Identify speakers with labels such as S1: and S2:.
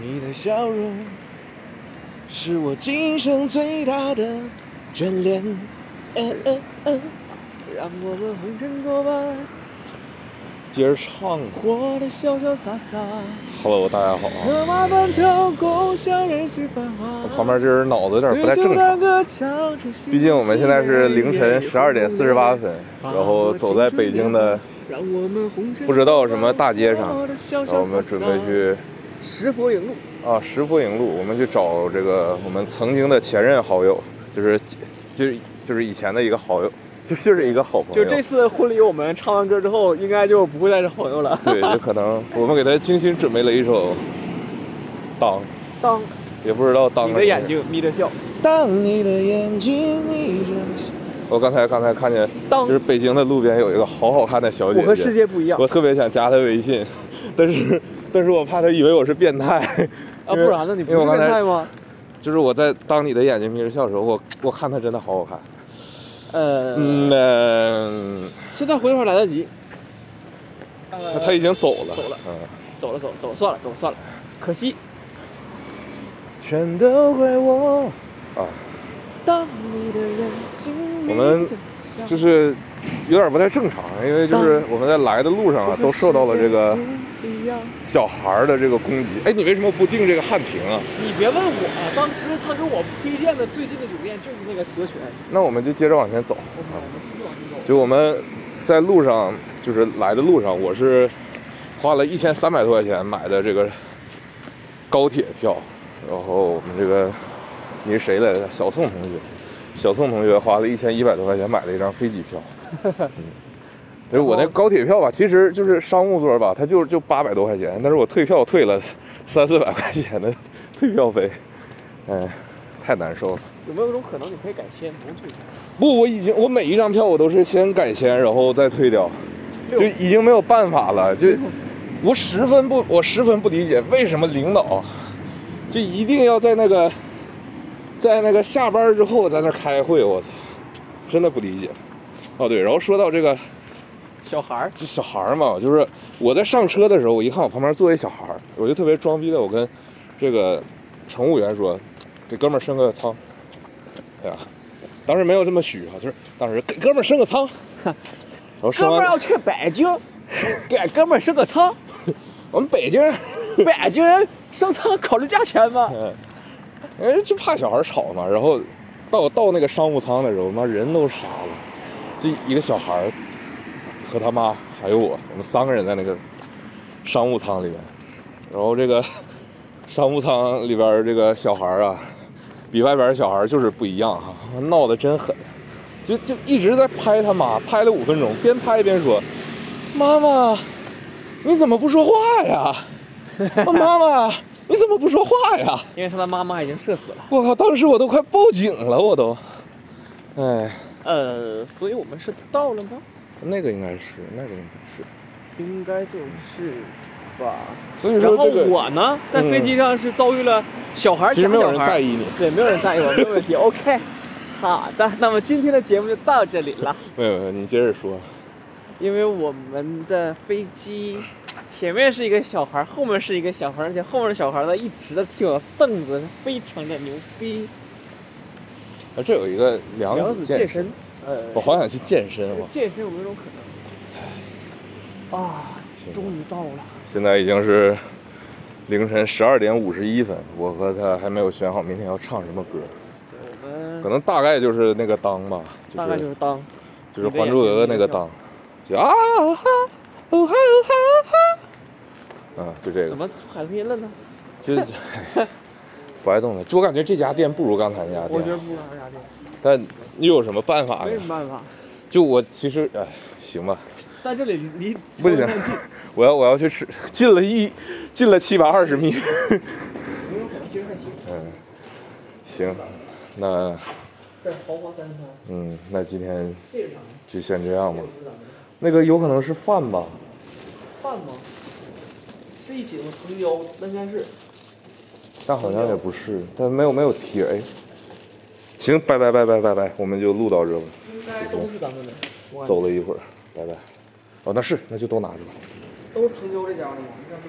S1: 你的笑容是我今生最大的眷恋。嗯嗯嗯，让我们红尘作伴，
S2: 接着唱啊
S1: 活得潇潇洒洒。
S2: ！Hello，大家好啊。
S1: 策马奔腾，共享人世繁华。
S2: 我旁边这人脑子有点不太正常，
S1: 常。
S2: 毕竟我们现在是凌晨十二点四十八，分，然后走
S1: 啊
S2: 在北京的
S1: 让我们红尘
S2: 不知道什么大街上
S1: 活得潇潇洒洒
S2: 然后我们准备去
S1: 石佛影路。
S2: 啊石佛营路，我们去找这个我们曾经的前任好友，就是就是就是以前的一个好友，就就是一个好朋
S1: 就
S2: 友。
S1: 这次婚礼，我们唱完歌之后，应该就不会再是朋友了。
S2: 对，有可能我们给他精心准备了一首《当》，
S1: 当
S2: 也不知道当
S1: 你
S2: 个
S1: 的
S2: 什么
S1: 眼睛眯着笑，
S2: 当你的眼睛眯着笑。我刚才刚才看见，
S1: 当
S2: 就是北京的路边有一个好好看的小姐
S1: 我
S2: 姐，
S1: 和世界不一样
S2: 我特别想加她微信，但是但是我怕她以为我是变态。
S1: 啊！不
S2: 因为
S1: 然呢？你不
S2: 因
S1: 是
S2: 为我
S1: 变
S2: 刚才
S1: 态吗？
S2: 就是我在当你的眼睛眯着笑的时候，我我看她真的好好看。
S1: 呃，
S2: 嗯，呃
S1: 现在回头来得及。
S2: 她
S1: 呃，
S2: 她已经走了，
S1: 走了
S2: 嗯。
S1: 走了，走了走了算了，走了算了，可惜。
S2: 全都怪我啊！
S1: 当你的眼睛
S2: 我们就是有点不太正常，因为就是我们在来的路上啊，都受到了这个
S1: 你
S2: 小孩儿的这个攻击。哎，你为什么不订这个汉庭啊？
S1: 别问我，当时他给我推荐的最近的酒店就是那个德全。
S2: 那我们就接着往前走。
S1: 哦我们我们继续往前走。
S2: 就我们在路上，就是来的路上，我是花了一千三百多块钱买的这个高铁票，然后我们这个你是谁来着？小宋同学，小宋同学花了一千一百多块钱买了一张飞机票。嗯就是我那高铁票吧，其实就是商务座吧，它就就八百多块钱，但是我退票退了三四百块钱的退票费，哎，太难受了。
S1: 有没有一种可能，你可以改签不用退？
S2: 不，我已经我每一张票我都是先改签，然后再退掉，
S1: 六
S2: 就已经没有办法了。就我十分不，我十分不理解为什么领导就一定要在那个在那个下班之后在那开会，我操，真的不理解。哦对，然后说到这个
S1: 小孩儿，
S2: 这小孩儿嘛，就是我在上车的时候，我一看我旁边坐一小孩儿，我就特别装逼的，我跟这个乘务员说，给哥们儿升个舱。哎呀，当时没有这么虚啊，就是当时给哥们儿升个 舱。然后
S1: 哥
S2: 升
S1: 们儿
S2: 完
S1: 要，去北京，给哥们儿升个舱，
S2: 我们北京，
S1: 北京人升舱考虑价钱吗？
S2: 嗯， 哎，就怕小孩儿吵嘛。然后到到那个商务舱的时候，妈人都傻了，就一个小孩儿和他妈还有我，我们三个人在那个商务舱里面。然后这个商务舱里边儿这个小孩儿啊，比外边儿小孩儿就是不一样哈、闹得真狠，就就一直在拍他妈，拍了五分钟，边拍边说：“妈妈，你怎么不说话呀？ 妈妈，你怎么不说话呀？”
S1: 因为他的妈妈已经社死了。
S2: 我靠！当时我都快报警了，我都。哎，
S1: 呃，所以我们是到了吗？
S2: 那个应该是，那个应该是。
S1: 应该就是吧。
S2: 所以
S1: 然
S2: 说
S1: 后
S2: 这个
S1: 我呢，在飞机上是遭遇了小孩儿
S2: 其
S1: 夹
S2: 实没有
S1: 小
S2: 人
S1: 孩
S2: 在
S1: 儿，
S2: 意你，
S1: 对，没有人在意我，没有问题。OK，好的，那么今天的节目就到这里了，
S2: 没有没有，你接着说。
S1: 因为我们的飞机。前面是一个小孩儿，后面是一个小孩儿，而且后面的小孩儿呢一直在踢我的凳子，非常的牛逼。
S2: 啊，这有一个良
S1: 梁
S2: 子
S1: 子
S2: 健
S1: 健
S2: 身
S1: 身，，呃，
S2: 我好想去健身啊
S1: 这个
S2: 我
S1: 健身有没有一种可能？啊，终于到了，
S2: 现在已经是凌晨十二点五十一分，我和他还没有选好明天要唱什么歌，
S1: 我们
S2: 可能大概就是那个当吧，就
S1: 大概就是是当
S2: 就是《还珠格格》那个当，就啊哦哈哦哈哦哈哦哈，嗯，就这个
S1: 怎。么海豚音了呢？
S2: 就是 唉不爱动了。就我感觉这家店不如刚才那家
S1: 我觉得
S2: 店，
S1: 不干啥的，
S2: 但又有什么办法
S1: 没什
S2: 呢？
S1: 么办法。
S2: 就我其实哎，行吧，
S1: 但这里离
S2: 不行
S1: 车站近，
S2: 我要我要去吃，进了一进了七百二十米。
S1: 没有可能，其实还行。
S2: 嗯，行，那
S1: 在豪华三餐，
S2: 嗯，那今天
S1: 这是啥呢？
S2: 就先这样吧
S1: 这。是啥呢？
S2: 那个有可能是饭吧？
S1: 饭吗？是一起的吗？藤椒，那应该是。
S2: 但好像也不是，但没有没有贴。哎，行，拜拜拜拜拜拜，我们就录到这吧。
S1: 应该都是咱们的，我感觉
S2: 走了一会儿，拜拜。哦，那是，那就都拿着吧。
S1: 都是藤椒这家的吗？应该不是